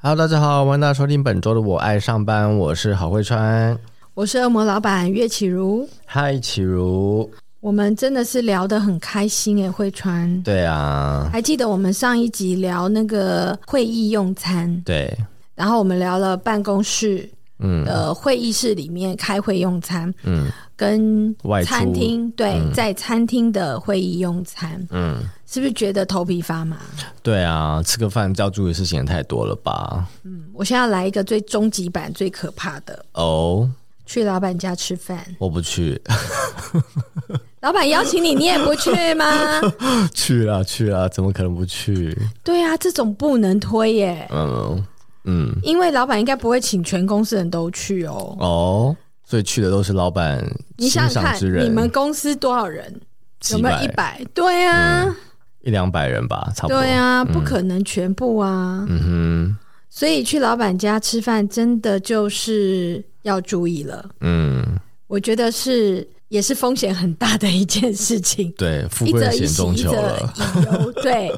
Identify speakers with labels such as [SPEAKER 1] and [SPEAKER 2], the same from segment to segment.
[SPEAKER 1] Hello，大家好，欢迎大家收听本周的《我爱上班》，我是郝慧川。
[SPEAKER 2] 我是恶魔老板岳启如，
[SPEAKER 1] 嗨，启如，
[SPEAKER 2] 我们真的是聊得很开心诶，慧川。
[SPEAKER 1] 对啊，
[SPEAKER 2] 还记得我们上一集聊那个会议用餐，
[SPEAKER 1] 对，
[SPEAKER 2] 然后我们聊了办公室
[SPEAKER 1] 嗯
[SPEAKER 2] 的会议室里面开会用餐，
[SPEAKER 1] 嗯
[SPEAKER 2] 跟
[SPEAKER 1] 外出
[SPEAKER 2] 餐厅对，在餐厅的会议用餐，
[SPEAKER 1] 嗯，
[SPEAKER 2] 是不是觉得头皮发麻？
[SPEAKER 1] 对啊，吃个饭要注意的事情也太多了吧？
[SPEAKER 2] 嗯我现在要来一个最终极版、最可怕的，Oh？
[SPEAKER 1] 哦、
[SPEAKER 2] 去老板家吃饭，
[SPEAKER 1] 我不去，
[SPEAKER 2] 老板邀请你，你也不去 吗？
[SPEAKER 1] 去啦去啦，怎么可能不去？
[SPEAKER 2] 对啊，这种不能推耶。
[SPEAKER 1] 嗯嗯，
[SPEAKER 2] 因为老板应该不会请全公司人都去哦。
[SPEAKER 1] 哦、所以去的都是老板
[SPEAKER 2] 你
[SPEAKER 1] 欣
[SPEAKER 2] 想想
[SPEAKER 1] 赏
[SPEAKER 2] 看
[SPEAKER 1] 之，人，
[SPEAKER 2] 你们公司多少人？
[SPEAKER 1] 几
[SPEAKER 2] 有没有
[SPEAKER 1] 百
[SPEAKER 2] 一百？对啊，
[SPEAKER 1] 一两百人吧，差不多。
[SPEAKER 2] 对啊，不可能全部啊。
[SPEAKER 1] 嗯
[SPEAKER 2] 所以去老板家吃饭，真的就是要注意了
[SPEAKER 1] 哼。，嗯，
[SPEAKER 2] 我觉得是也是风险很大的一件事情。
[SPEAKER 1] 对，富
[SPEAKER 2] 一
[SPEAKER 1] 贵
[SPEAKER 2] 则
[SPEAKER 1] 险
[SPEAKER 2] 一喜，
[SPEAKER 1] 中
[SPEAKER 2] 一
[SPEAKER 1] 求
[SPEAKER 2] 则
[SPEAKER 1] 了。
[SPEAKER 2] 一忧，对，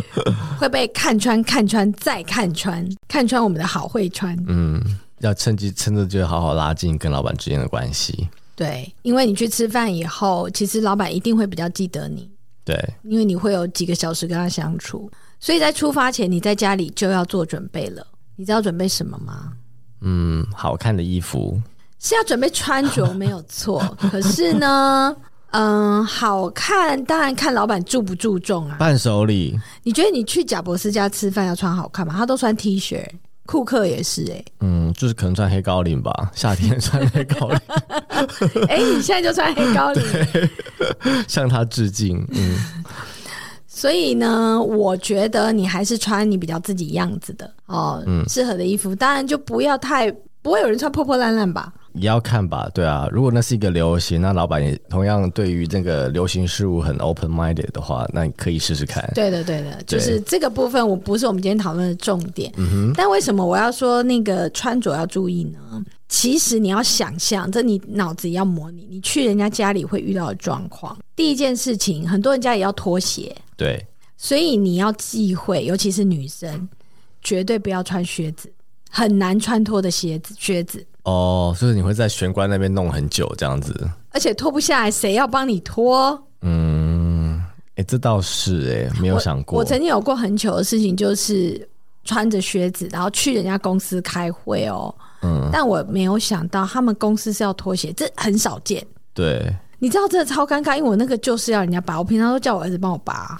[SPEAKER 2] 会被看穿、看穿再看穿，看穿我们的好会穿。
[SPEAKER 1] 嗯，要趁机趁着就好好拉近跟老板之间的关系。
[SPEAKER 2] 对，因为你去吃饭以后，其实老板一定会比较记得你。
[SPEAKER 1] 对，
[SPEAKER 2] 因为你会有几个小时跟他相处，所以在出发前，你在家里就要做准备了。你知道准备什么吗？
[SPEAKER 1] 嗯，好看的衣服，
[SPEAKER 2] 是要准备穿着没有错，可是呢，嗯，好看当然看老板注不注重啊。
[SPEAKER 1] 伴手礼，
[SPEAKER 2] 你觉得你去贾博士家吃饭要穿好看吗？他都穿 T 恤，库克也是哎、
[SPEAKER 1] 嗯，就是可能穿黑高领吧， 夏天穿黑高领，
[SPEAKER 2] 欸，哎、你现在就穿黑高领，
[SPEAKER 1] 向他致敬。嗯
[SPEAKER 2] 所以呢，我觉得你还是穿你比较自己样子的哦，适合的衣服，当然就不要太不会有人穿破破烂烂吧。
[SPEAKER 1] 也要看吧，对啊，如果那是一个流行，那老板也同样对于这个流行事物很 open minded 的话，那你可以试试 看。
[SPEAKER 2] 对的，对的，就是这个部分，我不是我们今天讨论的重点。但为什么我要说那个穿着要注意呢？其实你要想象，这你脑子也要模拟，你去人家家里会遇到的状况。第一件事情，很多人家也要拖鞋，
[SPEAKER 1] 对，
[SPEAKER 2] 所以你要忌讳，尤其是女生，绝对不要穿靴子，很难穿脱的鞋子靴子，
[SPEAKER 1] 哦，就是你会在玄关那边弄很久这样子。
[SPEAKER 2] 而且脱不下来，谁要帮你脱？
[SPEAKER 1] 嗯，哎、这倒是哎、没有想过。
[SPEAKER 2] 我曾经有过很糗的事情，就是穿着靴子，然后去人家公司开会哦。
[SPEAKER 1] 嗯，
[SPEAKER 2] 但我没有想到他们公司是要拖鞋，这很少见。
[SPEAKER 1] 对，
[SPEAKER 2] 你知道这超尴尬，因为我那个就是要人家拔，我平常都叫我儿子帮我 拔，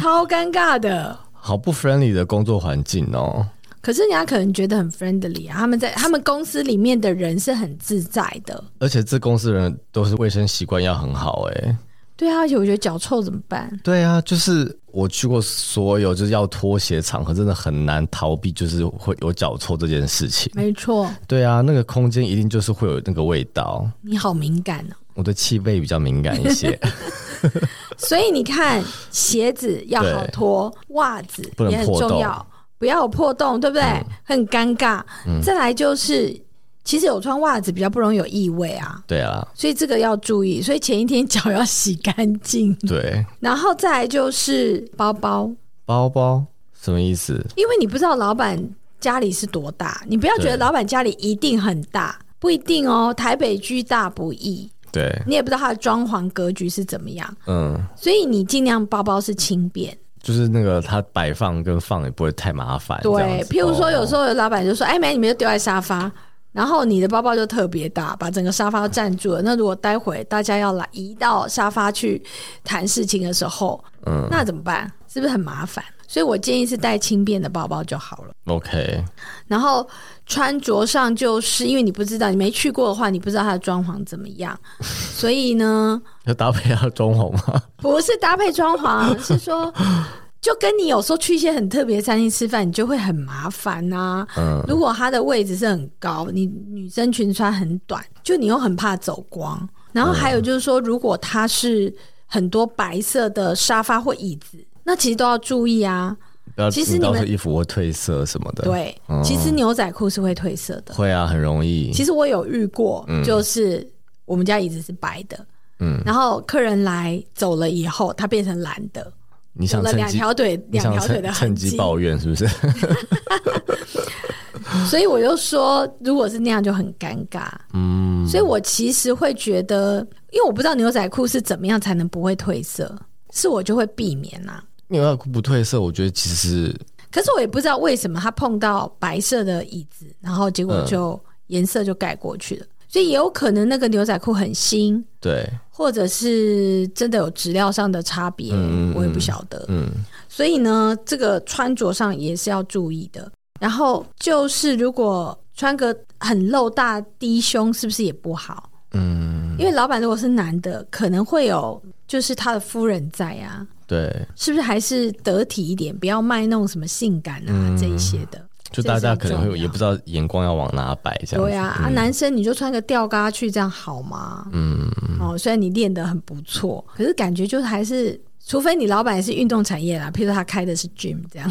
[SPEAKER 2] 超尴尬的。
[SPEAKER 1] 好不 friendly 的工作环境哦。
[SPEAKER 2] 可是人家可能觉得很 friendly 啊，他们在他们公司里面的人是很自在的。
[SPEAKER 1] 而且这公司人都是卫生习惯要很好哎、
[SPEAKER 2] 对啊，而且我觉得脚臭怎么办？
[SPEAKER 1] 对啊，就是我去过所有就是要拖鞋场合，真的很难逃避，就是会有脚臭这件事情。
[SPEAKER 2] 没错，
[SPEAKER 1] 对啊，那个空间一定就是会有那个味道。
[SPEAKER 2] 你好敏感哦。
[SPEAKER 1] 我对气味比较敏感一 些，
[SPEAKER 2] 所以你看，鞋子要好
[SPEAKER 1] 对
[SPEAKER 2] 脱，袜子
[SPEAKER 1] 不能
[SPEAKER 2] 也很
[SPEAKER 1] 破
[SPEAKER 2] 重
[SPEAKER 1] 洞嗯
[SPEAKER 2] 要，不要有破洞，对不对？很尴尬。再来就是，其实有穿袜子比较不容易有异味啊，
[SPEAKER 1] 对啊，
[SPEAKER 2] 所以这个要注意。所以前一天脚要洗干净，
[SPEAKER 1] 对，
[SPEAKER 2] 然后再来就是包包，
[SPEAKER 1] 包包什么意思？
[SPEAKER 2] 因为你不知道老板家里是多大，你不要觉得
[SPEAKER 1] 对
[SPEAKER 2] 老板家里一定很大，不一定哦。台北居大不易，
[SPEAKER 1] 对，
[SPEAKER 2] 你也不知道它的装潢格局是怎么样，
[SPEAKER 1] 嗯，
[SPEAKER 2] 所以你尽量包包是轻便。
[SPEAKER 1] 就是那个它摆放跟放也不会太麻烦。这样
[SPEAKER 2] 对，
[SPEAKER 1] 子
[SPEAKER 2] 譬如说有时
[SPEAKER 1] 哦
[SPEAKER 2] 候有老板就说：“哎，没，你们就丢在 沙发。”然后你的包包就特别大，把整个沙发都占住了。那如果待会大家要来移到沙发去谈事情的时候，
[SPEAKER 1] 嗯
[SPEAKER 2] 那怎么办？是不是很麻烦？所以我建议是带轻便的包包就好了。
[SPEAKER 1] 哦 OK，
[SPEAKER 2] 然后穿着上，就是因为你不知道，你没去过的话，你不知道它的装潢怎么 样，所以呢，
[SPEAKER 1] 要搭配要装潢 吗？
[SPEAKER 2] 不是搭配 装潢，是说，就跟你有时候去一些很特别的餐厅吃饭，你就会很麻烦啊呐、
[SPEAKER 1] 嗯
[SPEAKER 2] 如果它的位置是很高，你女生裙穿很短，就你又很怕走光。然后
[SPEAKER 1] 啊
[SPEAKER 2] 还有就是说，如果它是很多白色的沙发或椅子，那其实都要注意啊。
[SPEAKER 1] 不要，
[SPEAKER 2] 其实
[SPEAKER 1] 你
[SPEAKER 2] 你
[SPEAKER 1] 到时
[SPEAKER 2] 们
[SPEAKER 1] 候衣服会褪色什么的。，
[SPEAKER 2] 对，
[SPEAKER 1] 哦
[SPEAKER 2] 其实牛仔裤是会褪色的。
[SPEAKER 1] 会啊，很容易。
[SPEAKER 2] 其实我有遇过，就是我们家椅子是白的，
[SPEAKER 1] 嗯
[SPEAKER 2] 然后客人来走了以后，它变成蓝的，
[SPEAKER 1] 你想
[SPEAKER 2] 有了
[SPEAKER 1] 趁
[SPEAKER 2] 两
[SPEAKER 1] 机，
[SPEAKER 2] 条腿，
[SPEAKER 1] 你
[SPEAKER 2] 两
[SPEAKER 1] 想
[SPEAKER 2] 条腿
[SPEAKER 1] 趁
[SPEAKER 2] 的痕
[SPEAKER 1] 趁机
[SPEAKER 2] 迹，
[SPEAKER 1] 抱怨是不是？
[SPEAKER 2] 所以我就说，如果是那样就很尴尬。
[SPEAKER 1] 嗯，
[SPEAKER 2] 所以我其实会觉得，因为我不知道牛仔裤是怎么样才能不会褪色，是我就会避免啦、
[SPEAKER 1] 牛仔裤不褪色，我觉得其实
[SPEAKER 2] 可是我也不知道为什么它碰到白色的椅子，然后结果
[SPEAKER 1] 嗯
[SPEAKER 2] 就颜色就盖过去了，所以也有可能那个牛仔裤很新，
[SPEAKER 1] 对，
[SPEAKER 2] 或者是真的有质量上的差别，
[SPEAKER 1] 嗯嗯嗯
[SPEAKER 2] 我也不晓得。
[SPEAKER 1] 嗯
[SPEAKER 2] 所以呢，这个穿着上也是要注意的。然后就是如果穿个很露大低胸，是不是也不好？
[SPEAKER 1] 嗯，
[SPEAKER 2] 因为老板如果是男的，可能会有就是他的夫人在啊，
[SPEAKER 1] 对，
[SPEAKER 2] 是不是还是得体一点，不要卖弄什么性感啊、
[SPEAKER 1] 嗯
[SPEAKER 2] 这一些的。
[SPEAKER 1] 就大家
[SPEAKER 2] 这
[SPEAKER 1] 可
[SPEAKER 2] 是
[SPEAKER 1] 能
[SPEAKER 2] 很
[SPEAKER 1] 会
[SPEAKER 2] 重
[SPEAKER 1] 有
[SPEAKER 2] 要
[SPEAKER 1] 也不知道眼光要往哪摆这样子。
[SPEAKER 2] 对啊，啊，男生你就穿个吊嘎去，这样好吗？
[SPEAKER 1] 嗯，
[SPEAKER 2] 哦，虽然你练得很不错，可是感觉就是还是，除非你老板也是运动产业啦，譬如说他开的是 gym 这样，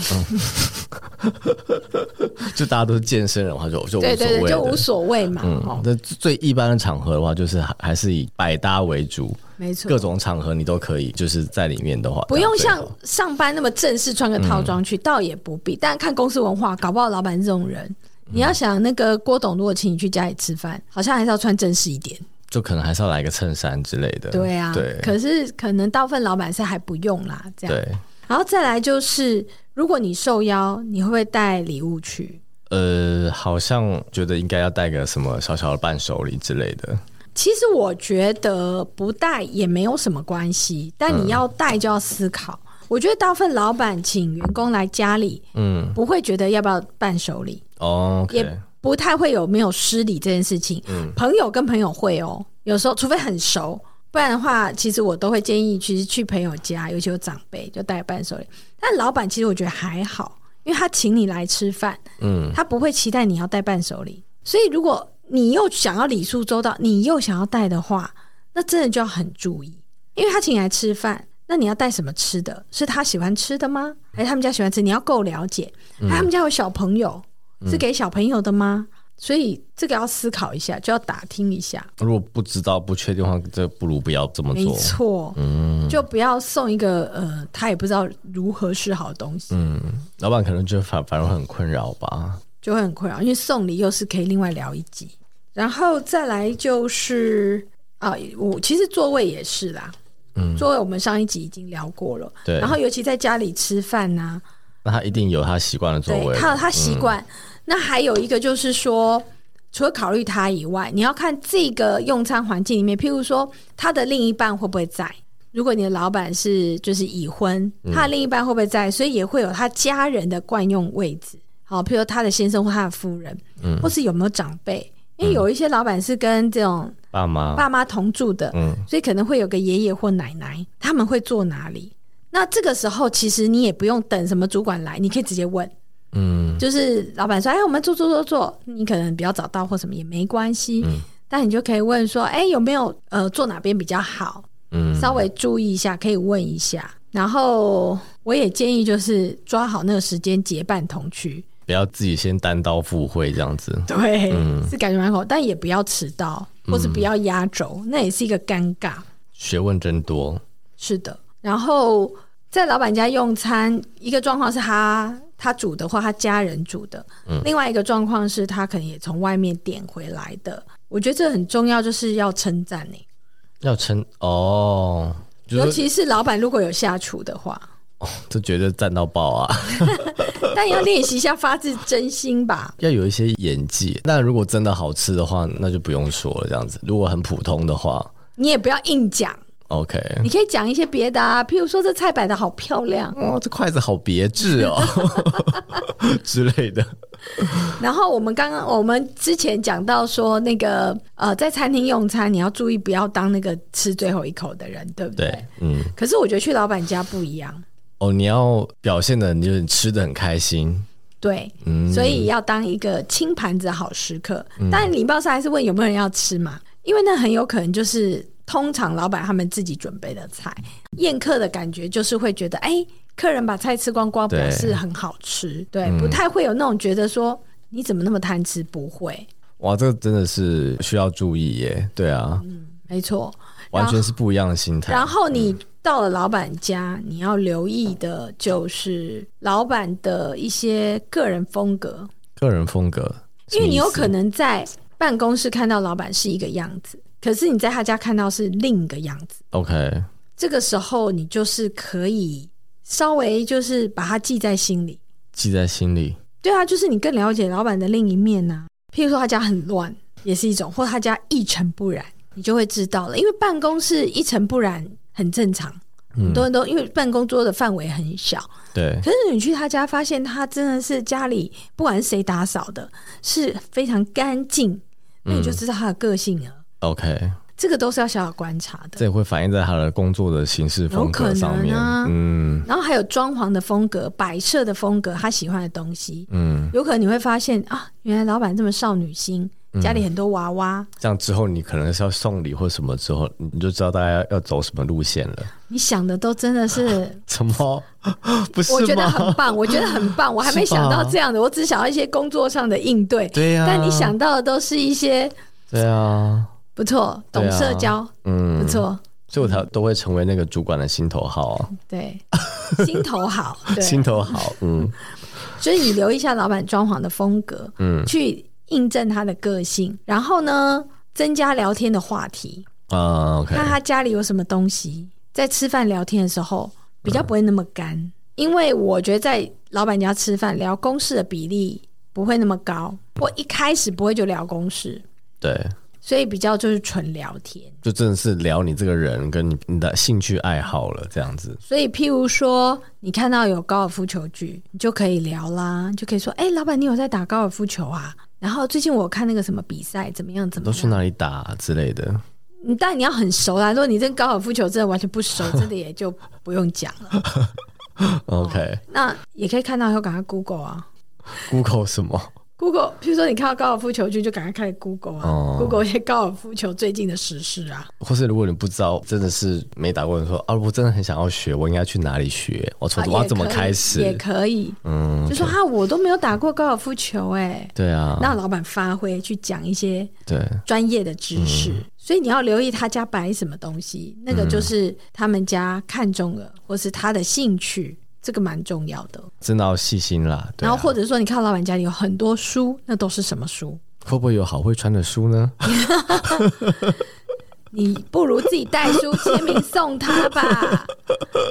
[SPEAKER 1] 就大家都是健身人的话就，就无所
[SPEAKER 2] 对
[SPEAKER 1] 谓
[SPEAKER 2] 对对，就无
[SPEAKER 1] 的。
[SPEAKER 2] 所谓嘛。
[SPEAKER 1] 嗯
[SPEAKER 2] 哦，，
[SPEAKER 1] 那最一般的场合的话，就是还还是以百搭为主，
[SPEAKER 2] 没错，
[SPEAKER 1] 各种场合你都可以，就是在里面的话，
[SPEAKER 2] 不用
[SPEAKER 1] 这样嗯
[SPEAKER 2] 像
[SPEAKER 1] 最好
[SPEAKER 2] 上班那么正式穿个套装去，倒也不必。但看公司文化，搞不好老板是这种人。
[SPEAKER 1] 嗯
[SPEAKER 2] 你要想那个郭董，如果请你去家里吃饭，好像还是要穿正式一点。
[SPEAKER 1] 就可能还是要来个衬衫之类的。
[SPEAKER 2] 对啊，
[SPEAKER 1] 嗯对
[SPEAKER 2] 可啊是可能大部分老板是还不用啦，这样。
[SPEAKER 1] 对，
[SPEAKER 2] 然后再来就是，如果你受邀，你会不会带礼物去？
[SPEAKER 1] 呃，好像觉得应该要带个什么小小的伴手礼之类的。
[SPEAKER 2] 其实我觉得不带也没有什么关系，但你要带就要思考。我觉得大部分老板请员工来家里，
[SPEAKER 1] 嗯，
[SPEAKER 2] 不会觉得要不要伴手礼，
[SPEAKER 1] 哦
[SPEAKER 2] 也
[SPEAKER 1] ，OK，嗯
[SPEAKER 2] 不太会有没有失礼这件事情。朋友跟朋友会哦，有时候除非很熟，不然的话，其实我都会建议，其实去朋友家，尤其有长辈，就带伴手礼。但老板其实我觉得还好，因为他请你来吃饭，
[SPEAKER 1] 嗯，
[SPEAKER 2] 他不会期待你要带伴手礼。所以如果你又想要礼数周到，你又想要带的话，那真的就要很注意，因为他请你来吃饭。那你要带什么吃的？是他喜欢吃的吗？还是他们家喜欢吃？你要够了解。
[SPEAKER 1] 嗯
[SPEAKER 2] 哎他们家有小朋友，是给小朋友的吗？所以这个要思考一下，就要打听一下。
[SPEAKER 1] 如果不知道、不确定的话，这不如不要这么
[SPEAKER 2] 没
[SPEAKER 1] 做。
[SPEAKER 2] 错，
[SPEAKER 1] 嗯
[SPEAKER 2] 就不要送一个呃，他也不知道如何是好的东西，
[SPEAKER 1] 嗯，老板可能就反反而会很困扰吧。
[SPEAKER 2] 就会很困扰。因为送礼又是可以另外聊一集，然后再来就是啊，我其实座位也是啦，
[SPEAKER 1] 嗯
[SPEAKER 2] 座位我们上一集已经聊过了，
[SPEAKER 1] 对
[SPEAKER 2] 然后尤其在家里吃饭啊
[SPEAKER 1] 那
[SPEAKER 2] 呐、
[SPEAKER 1] 他一定有他习惯的座嗯位
[SPEAKER 2] 对，
[SPEAKER 1] 了，
[SPEAKER 2] 他有他习惯。那还有一个就是说，除了考虑他以外，你要看这个用餐环境里面，譬如说他的另一半会不会在。如果你的老板是就是已婚，他的另一半会不会在？所以也会有他家人的惯用位置，好，譬如他的先生或他的夫人，或是有没有长辈？因为有一些老板是跟这种
[SPEAKER 1] 爸妈，
[SPEAKER 2] 爸妈同住的，
[SPEAKER 1] 嗯
[SPEAKER 2] 所以可能会有个爷爷或奶奶，他们会坐哪里？那这个时候其实你也不用等什么主管来，你可以直接问，
[SPEAKER 1] 嗯，
[SPEAKER 2] 就是老板说：“哎，我们坐坐坐坐，你可能比较早到或什么也没关系。
[SPEAKER 1] 嗯
[SPEAKER 2] 但你就可以问说：“哎，有没有呃坐哪边比较好？”
[SPEAKER 1] 嗯
[SPEAKER 2] 稍微注意一下，可以问一下。然后我也建议就是抓好那个时间结伴同去，
[SPEAKER 1] 不要自己先单刀赴会这样子。
[SPEAKER 2] 对，
[SPEAKER 1] 嗯
[SPEAKER 2] 是感觉蛮好，但也不要迟到，或是不要压轴，那也是一个尴尬。
[SPEAKER 1] 学问真多，
[SPEAKER 2] 是的，然后在老板家用餐，一个状况是他他煮的或他家人煮的，
[SPEAKER 1] 嗯
[SPEAKER 2] 另外一个状况是他可能也从外面点回来的。我觉得这很重要，就是要称赞你，
[SPEAKER 1] 要称哦，就
[SPEAKER 2] 尤
[SPEAKER 1] 是说
[SPEAKER 2] 其是老板如果有下厨的话，
[SPEAKER 1] 这绝对赞到爆啊！
[SPEAKER 2] 但也要练习一下发自真心吧。
[SPEAKER 1] 要有一些演技。那如果真的好吃的话，那就不用说了。这样子，如果很普通的话
[SPEAKER 2] 你也不要硬讲，
[SPEAKER 1] ，OK。
[SPEAKER 2] 你可以讲一些别的啊，譬如说这菜摆的好漂亮，
[SPEAKER 1] 哇、哦这筷子好别致 哦 之类的。
[SPEAKER 2] 然后我们刚刚我们之前讲到说，那个呃，在餐厅用餐，你要注意不要当那个吃最后一口的人，对不对？
[SPEAKER 1] 对，嗯，
[SPEAKER 2] 可是我觉得去老板家不一样，
[SPEAKER 1] 哦，你要表现的，你就是吃的很开心，
[SPEAKER 2] 对，
[SPEAKER 1] 嗯，
[SPEAKER 2] 所以要当一个清盘子好时刻。但礼貌上还是问有没有人要吃嘛，因为那很有可能就是通常老板他们自己准备的菜，宴客的感觉就是会觉得，哎、客人把菜吃光光，
[SPEAKER 1] 对
[SPEAKER 2] 表示很好吃，对，不太会有那种觉得说你怎么那么贪吃，不会。
[SPEAKER 1] 哇，这个真的是需要注意耶。对啊，
[SPEAKER 2] 没错。
[SPEAKER 1] 完全是不一样的心态。
[SPEAKER 2] 嗯然后你到了老板家，你要留意的就是老板的一些个人风格，
[SPEAKER 1] 个人风格，
[SPEAKER 2] 因为你有
[SPEAKER 1] 能。
[SPEAKER 2] 可能在办公室看到老板是一个样子，可是你在他家看到是另一个样子。
[SPEAKER 1] OK，
[SPEAKER 2] 这个时候，你就是可以稍微就是把它记在心里。
[SPEAKER 1] 记在心里。
[SPEAKER 2] 对啊，就是你更了解老板的另一面呐、譬如说他家很乱，也是一种；或他家一尘不染，你就会知道了。因为办公室一尘不染很正常，很
[SPEAKER 1] 嗯，
[SPEAKER 2] 多人都因为办公桌的范围很小。
[SPEAKER 1] 对，
[SPEAKER 2] 可是你去他家，发现他真的是家里不管是谁打扫的，是非常干净，
[SPEAKER 1] 嗯
[SPEAKER 2] 那你就知道他的个性了。
[SPEAKER 1] OK，
[SPEAKER 2] 这个都是要小小观察的。
[SPEAKER 1] 这也会反映在他的工作的形式风格上面。
[SPEAKER 2] 有可能啊
[SPEAKER 1] 嗯
[SPEAKER 2] 然后还有装潢的风格、摆设的风格，他喜欢的东西，
[SPEAKER 1] 嗯，
[SPEAKER 2] 有可能你会发现啊，原来老板这么少女心，
[SPEAKER 1] 嗯
[SPEAKER 2] 家里很多娃娃，
[SPEAKER 1] 这样之后你可能是要送礼或什么之后，你就知道大家要走什么路线了。，
[SPEAKER 2] 你想的都真的是
[SPEAKER 1] 怎么？ 不 啊
[SPEAKER 2] 我觉
[SPEAKER 1] 是
[SPEAKER 2] 得
[SPEAKER 1] 吗
[SPEAKER 2] 很？棒，我觉得很棒，我还没
[SPEAKER 1] 是吧
[SPEAKER 2] 想到这样的，我只想要一些工作上的应对。
[SPEAKER 1] 对啊呀、
[SPEAKER 2] 但你想，到的都是一些
[SPEAKER 1] 对啊，
[SPEAKER 2] 不错，懂
[SPEAKER 1] 对啊
[SPEAKER 2] 社交，
[SPEAKER 1] 嗯
[SPEAKER 2] 不，错，
[SPEAKER 1] 所以我才
[SPEAKER 2] 嗯
[SPEAKER 1] 都会成为那个主管的心头好啊，
[SPEAKER 2] 对，心 头好，
[SPEAKER 1] 心
[SPEAKER 2] 对，
[SPEAKER 1] 头好，嗯
[SPEAKER 2] 所以你留意一下老板装潢的风格，
[SPEAKER 1] 嗯
[SPEAKER 2] 去印证他的个性，然后呢，增加聊天的话题，
[SPEAKER 1] 啊，OK，
[SPEAKER 2] 看他家里有什么东西，在吃饭聊天的时候比较不会那么干，因为我觉得在老板家吃饭聊公事的比例不会那么高，我一开始不会就聊公事，
[SPEAKER 1] 对，
[SPEAKER 2] 所以比较就是纯聊天。
[SPEAKER 1] 就真的是聊你这个人跟你你的兴趣爱好了，这样子。
[SPEAKER 2] 所以，譬如说，你看到有高尔夫球具，你就可以聊啦，你就可以说：“哎、老板，你有在打高尔夫球啊？”然后最近我看那个什么比赛，怎么样怎么
[SPEAKER 1] 都去
[SPEAKER 2] 样？
[SPEAKER 1] 哪里打、之类的。
[SPEAKER 2] 你但你要很熟啦。如果你跟高尔夫球真的完全不熟，真的也就不用讲 了。
[SPEAKER 1] OK，
[SPEAKER 2] 那也可以看到以后赶快 Google 啊，
[SPEAKER 1] Google 什么？
[SPEAKER 2] Google，譬如说你看到高尔夫球具，就赶快开始 Google 啊、
[SPEAKER 1] 哦
[SPEAKER 2] g o o g l e 一些高尔夫球最近的时事啊。
[SPEAKER 1] 或是如果你不知道，真的是没打过，你说啊，我真的很想要学，我应该去哪里学？我从、
[SPEAKER 2] 啊
[SPEAKER 1] 我要
[SPEAKER 2] 也
[SPEAKER 1] 怎么
[SPEAKER 2] 可以
[SPEAKER 1] 开
[SPEAKER 2] 也
[SPEAKER 1] 始？
[SPEAKER 2] 可以，
[SPEAKER 1] 嗯
[SPEAKER 2] 就，说啊，我都没有打过高尔夫球哎、
[SPEAKER 1] 对啊，
[SPEAKER 2] 让老板发挥去讲一些
[SPEAKER 1] 对，
[SPEAKER 2] 专业的知识。
[SPEAKER 1] 嗯
[SPEAKER 2] 所以你要留意他家摆什么东西，那个就是他们家看中了，或是他的兴趣，这个蛮重要的。
[SPEAKER 1] 真的要细心啦。对
[SPEAKER 2] 然
[SPEAKER 1] 啊
[SPEAKER 2] 后或者说，你看老板家里有很多书，那都是什么书？
[SPEAKER 1] 会不会有好会穿的书呢？
[SPEAKER 2] 你不如自己带书签名送他 吧，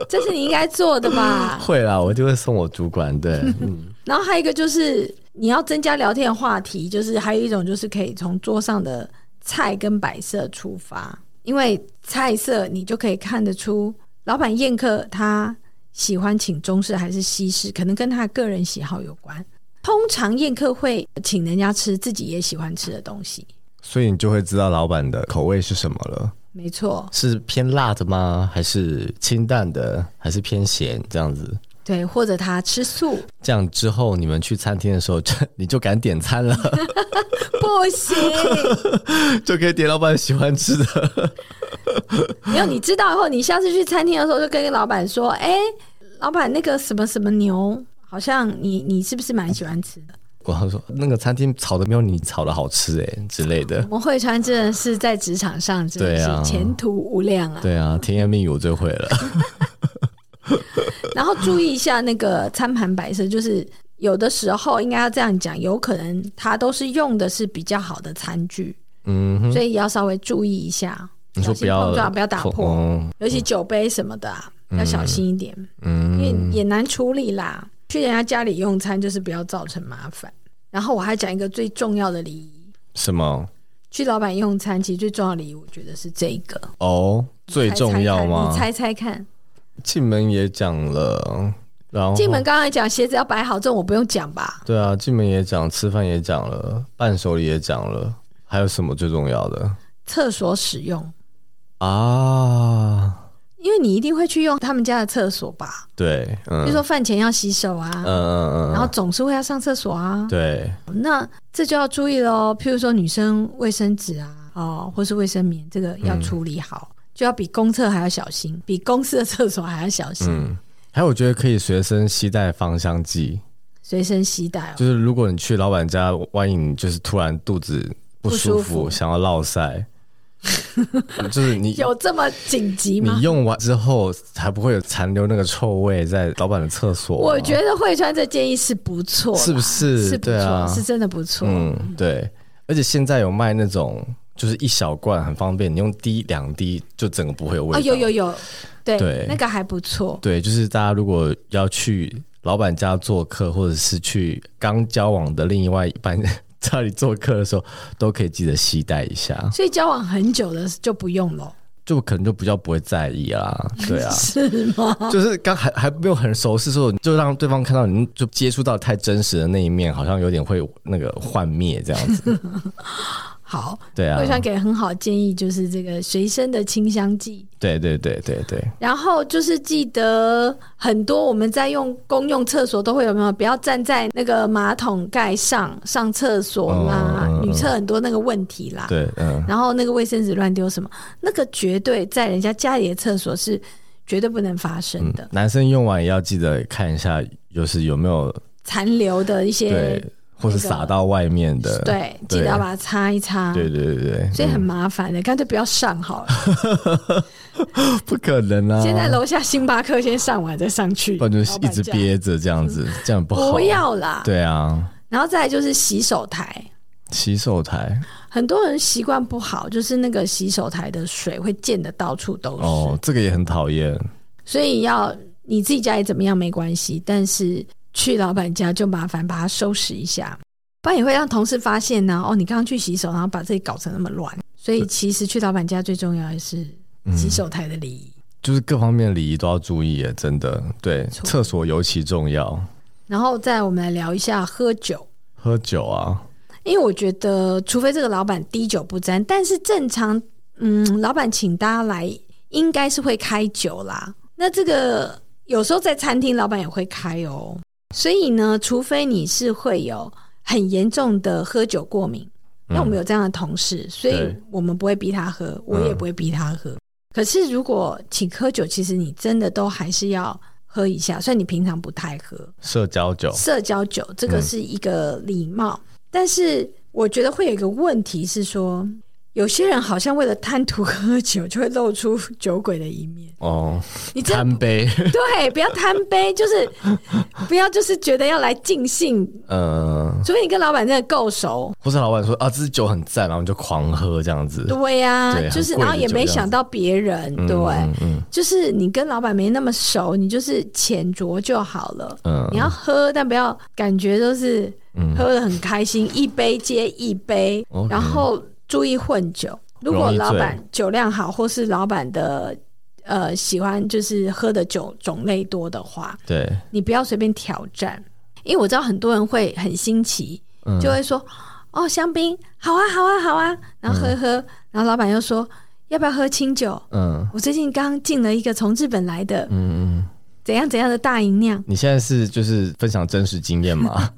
[SPEAKER 2] 这是你应该做的吧。
[SPEAKER 1] 会啦，我就会送我主管。 对，嗯
[SPEAKER 2] 然后还有一个就是你要增加聊天的话题，就是还有一种就是可以从桌上的菜跟摆设出发，因为菜色你就可以看得出老板宴客他喜欢请中式还是西式，可能跟他个人喜好有关。通常宴客会请人家吃自己也喜欢吃的东西，
[SPEAKER 1] 所以你就会知道老板的口味是什么了，
[SPEAKER 2] 没错，
[SPEAKER 1] 是偏辣的吗？还是清淡的？还是偏咸这样子？
[SPEAKER 2] 对，或者他吃素，
[SPEAKER 1] 这样之后你们去餐厅的时候，就 你就敢点餐了，
[SPEAKER 2] 不行，
[SPEAKER 1] 就可以点老板喜欢吃的。
[SPEAKER 2] 没有，你知道以后，你下次去餐厅的时候，就跟老板说：“哎、老板，那个什么什么牛，好像你你是不是蛮喜欢吃的
[SPEAKER 1] 我要说那个餐厅炒的没有你炒的好吃哎、之类？”的
[SPEAKER 2] 我。们慧川真的是在职场上真的
[SPEAKER 1] 对啊
[SPEAKER 2] 是前途无量啊！
[SPEAKER 1] 对啊，甜言蜜语我最会了。
[SPEAKER 2] 然后注意一下那个餐盘摆设，就是有的时候应该要这样讲，有可能他都是用的是比较好的餐具，
[SPEAKER 1] 嗯哼，
[SPEAKER 2] 所以也要稍微注意一下，
[SPEAKER 1] 你
[SPEAKER 2] 小
[SPEAKER 1] 说
[SPEAKER 2] 心
[SPEAKER 1] 不要
[SPEAKER 2] 碰撞，不要打破，
[SPEAKER 1] 嗯
[SPEAKER 2] 尤其酒杯什么的啊、要小心一点。因为
[SPEAKER 1] 嗯，
[SPEAKER 2] 也难处理啦。去人家家里用餐就是不要造成麻烦。然后我还讲一个最重要的礼仪，
[SPEAKER 1] 什么？
[SPEAKER 2] 去老板用餐其实最重要的礼仪，我觉得是这个
[SPEAKER 1] 哦，最重要吗
[SPEAKER 2] 你？猜猜看，
[SPEAKER 1] 进门也讲了，然后
[SPEAKER 2] 进门刚才讲鞋子要摆好，这种我不用讲吧？
[SPEAKER 1] 对啊，进门也讲，吃饭也讲了，伴手礼也讲了，还有什么最重要的
[SPEAKER 2] 厕所使用，
[SPEAKER 1] 啊？
[SPEAKER 2] 因为你一定会去用他们家的厕所吧？
[SPEAKER 1] 对，嗯，
[SPEAKER 2] 比如说饭前要洗手啊，
[SPEAKER 1] 嗯嗯嗯，
[SPEAKER 2] 然后总是会要上厕所啊。
[SPEAKER 1] 对，
[SPEAKER 2] 那这就要注意喽。譬如说女生卫生纸啊，哦，或是卫生棉，这个
[SPEAKER 1] 嗯
[SPEAKER 2] 要处理好，就要比公厕还要小心，比公司的厕所还要小心，
[SPEAKER 1] 嗯，还有我觉得可以随身携带芳香剂。
[SPEAKER 2] 随身携带哦
[SPEAKER 1] 就。是如果你去老板家，万一你就是突然肚子不舒服，
[SPEAKER 2] 不舒服
[SPEAKER 1] 想要落塞， 就是你
[SPEAKER 2] 有这么紧急吗
[SPEAKER 1] 你？用啊完之后还不会有残留那个臭味在老板的厕所啊、
[SPEAKER 2] 我觉得慧川这建议是不错啦，
[SPEAKER 1] 是不是
[SPEAKER 2] 是不
[SPEAKER 1] 对啊
[SPEAKER 2] 错，是真的不错。哦
[SPEAKER 1] 嗯，对，而且现在有卖那种就是一小罐，很方便，你用滴两滴就整个不会有味道。
[SPEAKER 2] 哦，有有有，对，
[SPEAKER 1] 对
[SPEAKER 2] 那个还不错。
[SPEAKER 1] 对，就是大家如果要去老板家做客，或者是去刚交往的另外一半 家里做客的时候，都可以记得携带一下，
[SPEAKER 2] 所以交往很久的就不用了，，
[SPEAKER 1] 就可能就比较不会在意啦。对啊
[SPEAKER 2] 是吗？
[SPEAKER 1] 就是刚还还没有很熟识的时候，就让对方看到你，就接触到太真实的那一面，好像有点会那个幻灭这 样子。
[SPEAKER 2] 好，
[SPEAKER 1] 对啊
[SPEAKER 2] 慧，川给很好的建议，就是这个随身的清香剂，
[SPEAKER 1] 对对对对对，
[SPEAKER 2] 然后就是记得很多我们在用公用厕所都会有没有？不要站在那个马桶盖上上厕所啦，
[SPEAKER 1] 嗯嗯嗯
[SPEAKER 2] 女厕很多那个问题啦。
[SPEAKER 1] 对，嗯。
[SPEAKER 2] 然后那个卫生纸乱丢什么，那个绝对在人家家里的厕所是绝对不能发生的，
[SPEAKER 1] 男生用完也要记得看一下，就是有没有
[SPEAKER 2] 残留的一些
[SPEAKER 1] 对，或是
[SPEAKER 2] 那个
[SPEAKER 1] 撒到外面的。
[SPEAKER 2] 对，记
[SPEAKER 1] 对
[SPEAKER 2] 得要把它擦一擦。
[SPEAKER 1] 对嗯对对对，
[SPEAKER 2] 所以很麻烦的，干脆不要上好了。
[SPEAKER 1] 不可能啊！
[SPEAKER 2] 现在楼下星巴克先上完再上去，
[SPEAKER 1] 不然就
[SPEAKER 2] 老
[SPEAKER 1] 是一
[SPEAKER 2] 板
[SPEAKER 1] 直
[SPEAKER 2] 这样。
[SPEAKER 1] 憋着这样子，这样不好。
[SPEAKER 2] 不。要啦，
[SPEAKER 1] 对啊，
[SPEAKER 2] 然后再来就是洗手台，
[SPEAKER 1] 洗手台
[SPEAKER 2] 很多人习惯不好，就是那个洗手台的水会溅的到处都是，
[SPEAKER 1] 哦，这个也很讨厌。
[SPEAKER 2] 所以要你自己家里怎么样没关系，但是去老板家就麻烦把它收拾一下，不然也会让同事发现呢、哦，你刚刚去洗手，然后把自己搞成那么乱。所以其实去老板家最重要的是
[SPEAKER 1] 嗯
[SPEAKER 2] 洗手台的礼仪。
[SPEAKER 1] 就是各方面的礼仪都要注意耶，真的。对，
[SPEAKER 2] 错
[SPEAKER 1] 厕所尤其重要。
[SPEAKER 2] 然后再我们来聊一下喝酒。
[SPEAKER 1] 喝酒啊，
[SPEAKER 2] 因为我觉得，除非这个老板滴酒不沾，但是正常，嗯，老板请大家来，应该是会开酒啦。那这个有时候在餐厅，老板也会开哦。所以呢，除非你是会有很严重的喝酒过敏，
[SPEAKER 1] 嗯
[SPEAKER 2] 那我们有这样的同事，所以
[SPEAKER 1] 对
[SPEAKER 2] 我们不会逼他喝，我也不会逼他喝。可是如果请喝酒，其实你真的都还是要喝一下，虽然你平常不太喝。
[SPEAKER 1] 社交酒
[SPEAKER 2] 社交酒，这个
[SPEAKER 1] 嗯
[SPEAKER 2] 是一个礼貌。但是我觉得会有一个问题是说，有些人好像为了贪图喝酒，就会露出酒鬼的一 面。
[SPEAKER 1] 哦，
[SPEAKER 2] 你真
[SPEAKER 1] 贪杯，
[SPEAKER 2] 对，不要贪杯，就是不要就是觉得要来尽兴，
[SPEAKER 1] 嗯，
[SPEAKER 2] 除非你跟老板真的够熟。
[SPEAKER 1] 或是老板说啊，这支酒很赞，然后你就狂喝这样子。
[SPEAKER 2] 对呀、
[SPEAKER 1] 对
[SPEAKER 2] 就是
[SPEAKER 1] 很贵的
[SPEAKER 2] 然后也没想到别人，
[SPEAKER 1] 嗯
[SPEAKER 2] 对，
[SPEAKER 1] 嗯嗯
[SPEAKER 2] 就是你跟老板没那么熟，你就是浅酌就好了。
[SPEAKER 1] 嗯，
[SPEAKER 2] 你要喝，但不要感觉都是
[SPEAKER 1] 嗯
[SPEAKER 2] 喝的很开心，一杯接一杯
[SPEAKER 1] OK
[SPEAKER 2] 然后注意混酒。如果
[SPEAKER 1] 容易醉
[SPEAKER 2] 老板酒量好，或是老板的呃喜欢就是喝的酒种类多的话，
[SPEAKER 1] 对，
[SPEAKER 2] 你不要随便挑战，因为我知道很多人会很新奇，
[SPEAKER 1] 嗯
[SPEAKER 2] 就会说哦香槟好啊好啊好啊，然后喝一喝，然后老板又说要不要喝清酒？
[SPEAKER 1] 嗯
[SPEAKER 2] 我最近刚进了一个从日本来的
[SPEAKER 1] 嗯嗯。
[SPEAKER 2] 怎样怎样的大吟酿，
[SPEAKER 1] 你现在是就是分享真实经验 嘛？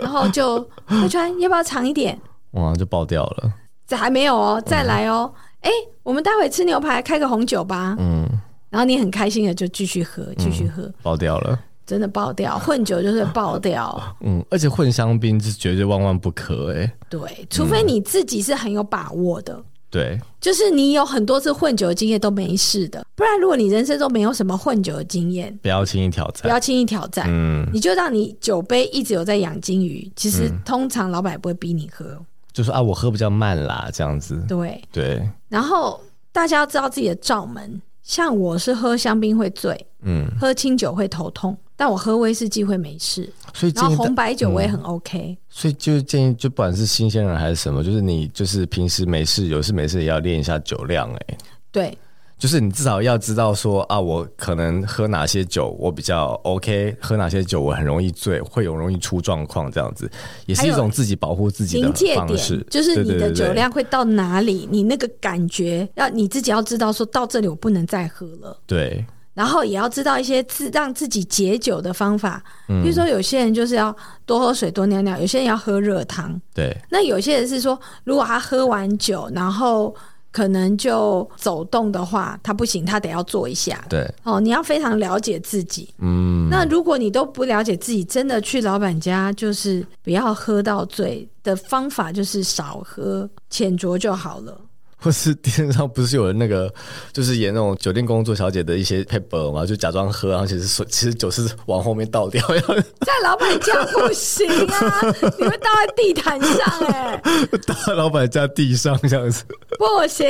[SPEAKER 2] 然后就慧川要不要尝一点？
[SPEAKER 1] 哇，就爆掉了。
[SPEAKER 2] 这还没有哦，
[SPEAKER 1] 嗯
[SPEAKER 2] 再来哦。哎、我们待会吃牛排，开个红酒吧。
[SPEAKER 1] 嗯，
[SPEAKER 2] 然后你很开心的就继续喝，继续喝，
[SPEAKER 1] 爆掉了。
[SPEAKER 2] 真的 爆掉，混酒就是爆掉。
[SPEAKER 1] 嗯，而且混香槟是绝对万万不可哎、
[SPEAKER 2] 对，除非你自己是很有把握的，
[SPEAKER 1] 对，
[SPEAKER 2] 就是你有很多次混酒的经验都没事的。不然，如果你人生中没有什么混酒的经验，
[SPEAKER 1] 不要轻易挑
[SPEAKER 2] 不
[SPEAKER 1] 战。
[SPEAKER 2] 要轻易挑战。
[SPEAKER 1] 嗯，
[SPEAKER 2] 你就让你酒杯一直有在养金鱼，其实通常老板也不会逼你喝，哦
[SPEAKER 1] 就说啊，我喝比较慢啦，这样子。
[SPEAKER 2] 对。
[SPEAKER 1] 对，
[SPEAKER 2] 然后大家要知道自己的罩门，像我是喝香槟会醉，
[SPEAKER 1] 嗯，
[SPEAKER 2] 喝清酒会头痛，但我喝威士忌会没事，
[SPEAKER 1] 所以
[SPEAKER 2] 然
[SPEAKER 1] 建
[SPEAKER 2] 后
[SPEAKER 1] 议大，
[SPEAKER 2] 红白酒我也
[SPEAKER 1] 嗯
[SPEAKER 2] 很 OK。
[SPEAKER 1] 所以就建议，就不管是新鲜人还是什么，就是你就是平时没事有事没事也要练一下酒量哎、
[SPEAKER 2] 对，
[SPEAKER 1] 就是你至少要知道说啊，我可能喝哪些酒我比较 OK，喝哪些酒我很容易醉，会有容易出状况这样子，也是一
[SPEAKER 2] 还有
[SPEAKER 1] 种自己保护自己的
[SPEAKER 2] 临界
[SPEAKER 1] 方式
[SPEAKER 2] 点。就是
[SPEAKER 1] 对
[SPEAKER 2] 你
[SPEAKER 1] 对
[SPEAKER 2] 的
[SPEAKER 1] 对对
[SPEAKER 2] 酒量会到哪里，你那个感觉要你自己要知道，说到这里我不能再喝了。
[SPEAKER 1] 对，
[SPEAKER 2] 然后也要知道一些自让自己解酒的方法，
[SPEAKER 1] 嗯
[SPEAKER 2] 比如说有些人就是要多喝水、多尿尿，有些人要喝热汤，
[SPEAKER 1] 对，
[SPEAKER 2] 那有些人是说，如果他喝完酒，然后可能就走动的话，他不行，他得要坐一下。
[SPEAKER 1] 对，
[SPEAKER 2] 哦，你要非常了解自己。
[SPEAKER 1] 嗯，
[SPEAKER 2] 那如果你都不了解自己，真的去老板家，就是不要喝到醉的方法，就是少喝，浅酌就好了。
[SPEAKER 1] 或是电视上不是有那个，就是演那种酒店工作小姐的一些 paper 嘛，就假装喝，然后其实说其实酒是往后面倒掉， 然后
[SPEAKER 2] 在老板家不行啊，你会倒在地毯上哎、
[SPEAKER 1] 到老板家地上这样子。
[SPEAKER 2] 不行！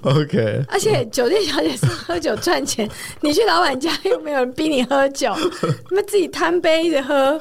[SPEAKER 1] OK，
[SPEAKER 2] 而且酒店小姐是喝酒赚钱， 你去老板家又没有人逼你喝酒，你们自己贪杯一直喝，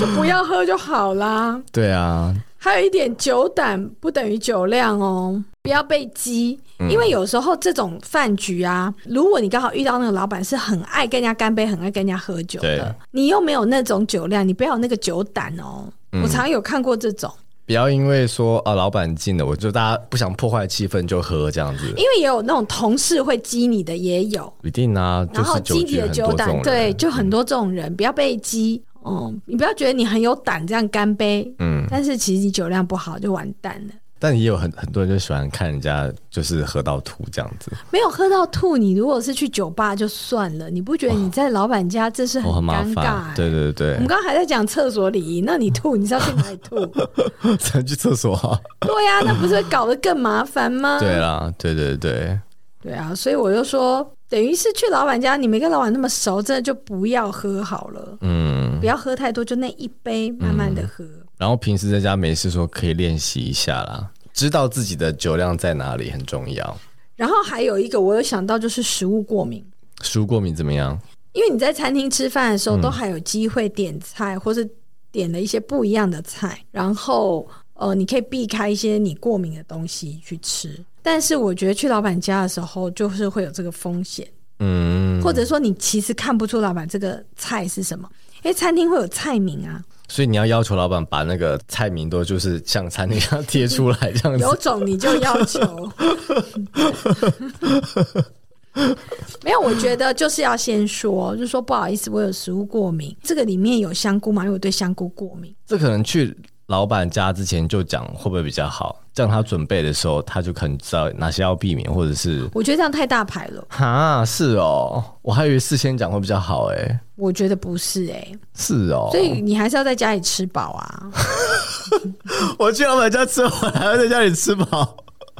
[SPEAKER 2] 就不要喝就好啦。
[SPEAKER 1] 对啊，
[SPEAKER 2] 还有一点，酒胆不等于酒量哦，不要被激，因为有时候这种饭局啊，如果你刚好遇到那个老板是很爱跟人家干杯，很爱跟人家喝酒
[SPEAKER 1] 对
[SPEAKER 2] 的，你又没有那种酒量，你不要有那个酒胆哦。我常有看过这种，
[SPEAKER 1] 不要因为说啊老板进了，我就大家不想破坏气氛就喝这样子，
[SPEAKER 2] 因为也有那种同事会激你的，也有，
[SPEAKER 1] 一定啊，就
[SPEAKER 2] 然后
[SPEAKER 1] 是
[SPEAKER 2] 激
[SPEAKER 1] 酒
[SPEAKER 2] 你
[SPEAKER 1] 局
[SPEAKER 2] 的
[SPEAKER 1] 很多这种
[SPEAKER 2] 酒胆，
[SPEAKER 1] 人嗯
[SPEAKER 2] 对，就很多这种人，不要被激。嗯，你不要觉得你很有胆这样干杯，
[SPEAKER 1] 嗯，
[SPEAKER 2] 但是其实你酒量不好就完蛋了。
[SPEAKER 1] 但也有很很多人就喜欢看人家就是喝到吐这样子，
[SPEAKER 2] 没有喝到吐，你如果是去酒吧就算了，你不觉得你在老板家这是
[SPEAKER 1] 哦，很麻
[SPEAKER 2] 尴尬、欸
[SPEAKER 1] 烦。对。对
[SPEAKER 2] 我
[SPEAKER 1] 对，
[SPEAKER 2] 们刚刚还在讲厕所礼仪，那你吐，你是要去哪里 吐？
[SPEAKER 1] 才去厕所、啊。
[SPEAKER 2] 对呀、那不是会搞得更麻烦吗？
[SPEAKER 1] 对啊啦，对对对，
[SPEAKER 2] 对啊，所以我就说，等于是去老板家，你没跟老板那么熟，真的就不要喝好了，
[SPEAKER 1] 嗯。
[SPEAKER 2] 不要喝太多，就那一杯，慢慢的喝。
[SPEAKER 1] 然后平时在家没事说可以练习一下啦，知道自己的酒量在哪里很重要。
[SPEAKER 2] 然后还有一个，我有想到就是食物过敏，
[SPEAKER 1] 输过敏怎么样？
[SPEAKER 2] 因为你在餐厅吃饭的时候，都还有机会点菜，或是点了一些不一样的菜，然后呃，你可以避开一些你过敏的东西去吃。但是我觉得去老板家的时候，就是会有这个风险，
[SPEAKER 1] 嗯，
[SPEAKER 2] 或者说你其实看不出老板这个菜是什么，因为餐厅会有菜名啊，
[SPEAKER 1] 所以你要要求老板把那个菜名都就是像餐厅一样贴出来这样
[SPEAKER 2] 有
[SPEAKER 1] 子。
[SPEAKER 2] 种你就要求。 没有，我觉得就是要先说，就说不好意思，我有食物过敏。这个里面有香菇吗？因为我对香菇过敏。
[SPEAKER 1] 这可能去老板家之前就讲会不会比较好？这样他准备的时候，他就可能知道哪些要避免，或者是
[SPEAKER 2] 我觉得这样太大牌了，
[SPEAKER 1] 哈是哦，我还以为事先讲会比较好诶、
[SPEAKER 2] 我觉得不是哎、
[SPEAKER 1] 是哦，
[SPEAKER 2] 所以你还是要在家里吃饱啊。
[SPEAKER 1] 我去老板家吃完，还要在家里吃饱，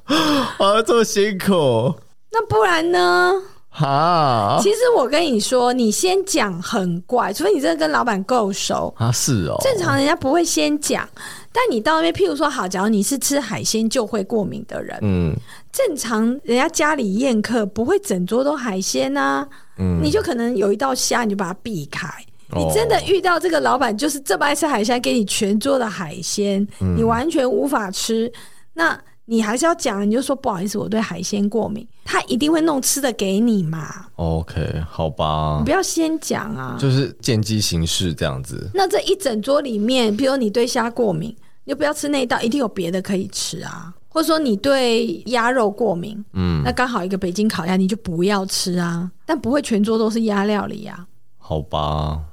[SPEAKER 1] 我要这么辛苦
[SPEAKER 2] 那不然呢？
[SPEAKER 1] 哦哈
[SPEAKER 2] 其实我跟你说，你先讲很怪，除非你真的跟老板够熟。
[SPEAKER 1] 啊是哦，
[SPEAKER 2] 正常人家不会先讲，但你到那边，譬如说，好，假如你是吃海鲜就会过敏的人，
[SPEAKER 1] 嗯
[SPEAKER 2] 正常人家家里宴客不会整桌都海鲜呐、
[SPEAKER 1] 嗯
[SPEAKER 2] 你就可能有一道虾，你就把它避开。
[SPEAKER 1] 哦
[SPEAKER 2] 你真的遇到这个老板，就是这么爱吃海鲜，给你全桌的海鲜，
[SPEAKER 1] 嗯
[SPEAKER 2] 你完全无法吃，那你还是要讲，你就说不好意思，我对海鲜过敏，他一定会弄吃的给你嘛，
[SPEAKER 1] ，OK，好吧
[SPEAKER 2] 你不，要先讲啊。
[SPEAKER 1] 就是见机行事这样子，
[SPEAKER 2] 那这一整桌里面，比如你对虾过敏，你就不要吃那一道，一定有别的可以吃啊。或者说你对鸭肉过敏，
[SPEAKER 1] 嗯，
[SPEAKER 2] 那刚好一个北京烤鸭，你就不要吃啊。但不会全桌都是鸭料理啊。
[SPEAKER 1] 好吧。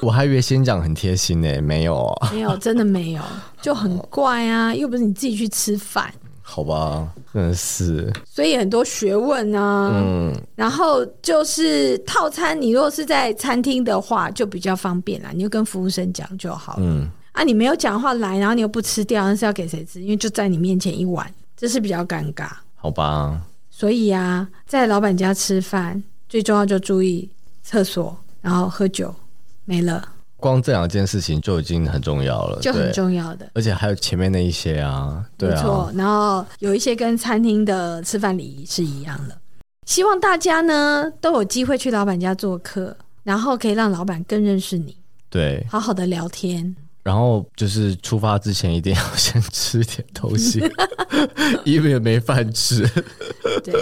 [SPEAKER 1] 我还以为先讲很贴心呢、没有啊，
[SPEAKER 2] 没有，真的没有，就很怪啊，又不是你自己去吃饭，
[SPEAKER 1] 好吧，真的是，
[SPEAKER 2] 所以很多学问啊。
[SPEAKER 1] 嗯，
[SPEAKER 2] 然后就是套餐，你如果是在餐厅的话，就比较方便啦，你就跟服务生讲就好了。
[SPEAKER 1] 嗯
[SPEAKER 2] 啊，你没有讲的话来，然后你又不吃掉，那是要给谁吃？因为就在你面前一碗，这是比较尴尬。
[SPEAKER 1] 好吧，
[SPEAKER 2] 所以啊，在老板家吃饭，最重要就注意厕所，然后喝酒，没了，
[SPEAKER 1] 光这两件事情就已经很重要了，
[SPEAKER 2] 就很
[SPEAKER 1] 呃对，
[SPEAKER 2] 重要的。
[SPEAKER 1] 而且还有前面那一些啊，对
[SPEAKER 2] 没
[SPEAKER 1] 啊，
[SPEAKER 2] 错，然后有一些跟餐厅的吃饭礼仪是一样的。希望大家呢都有机会去老板家做客，然后可以让老板更认识你，
[SPEAKER 1] 对，
[SPEAKER 2] 好好的聊天。
[SPEAKER 1] 然后就是出发之前一定要 先吃点东 西，因为没饭吃。
[SPEAKER 2] 对，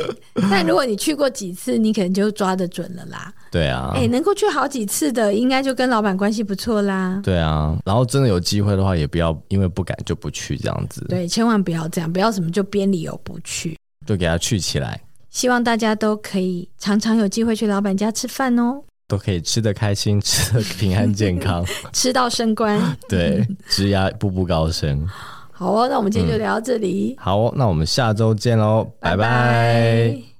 [SPEAKER 2] 但如果你去过几次，你可能就抓得准了啦。
[SPEAKER 1] 对啊，
[SPEAKER 2] 哎、能够去好几次的，应该就跟老板关系不错啦。
[SPEAKER 1] 对啊。然后真的有机会的话，也不要因为不敢就不去这样子，
[SPEAKER 2] 对，千万不要这样，不要什么就编理由不去。
[SPEAKER 1] 就给他去起来，
[SPEAKER 2] 希望大家都可以常常有机会去老板家吃饭哦，
[SPEAKER 1] 都可以吃得开心，吃得平安健康，
[SPEAKER 2] 吃到 升官。
[SPEAKER 1] 对，枝丫步步高升。嗯
[SPEAKER 2] 好哦，那我们今天就聊到这里，
[SPEAKER 1] 好，那我们下周见喽，拜拜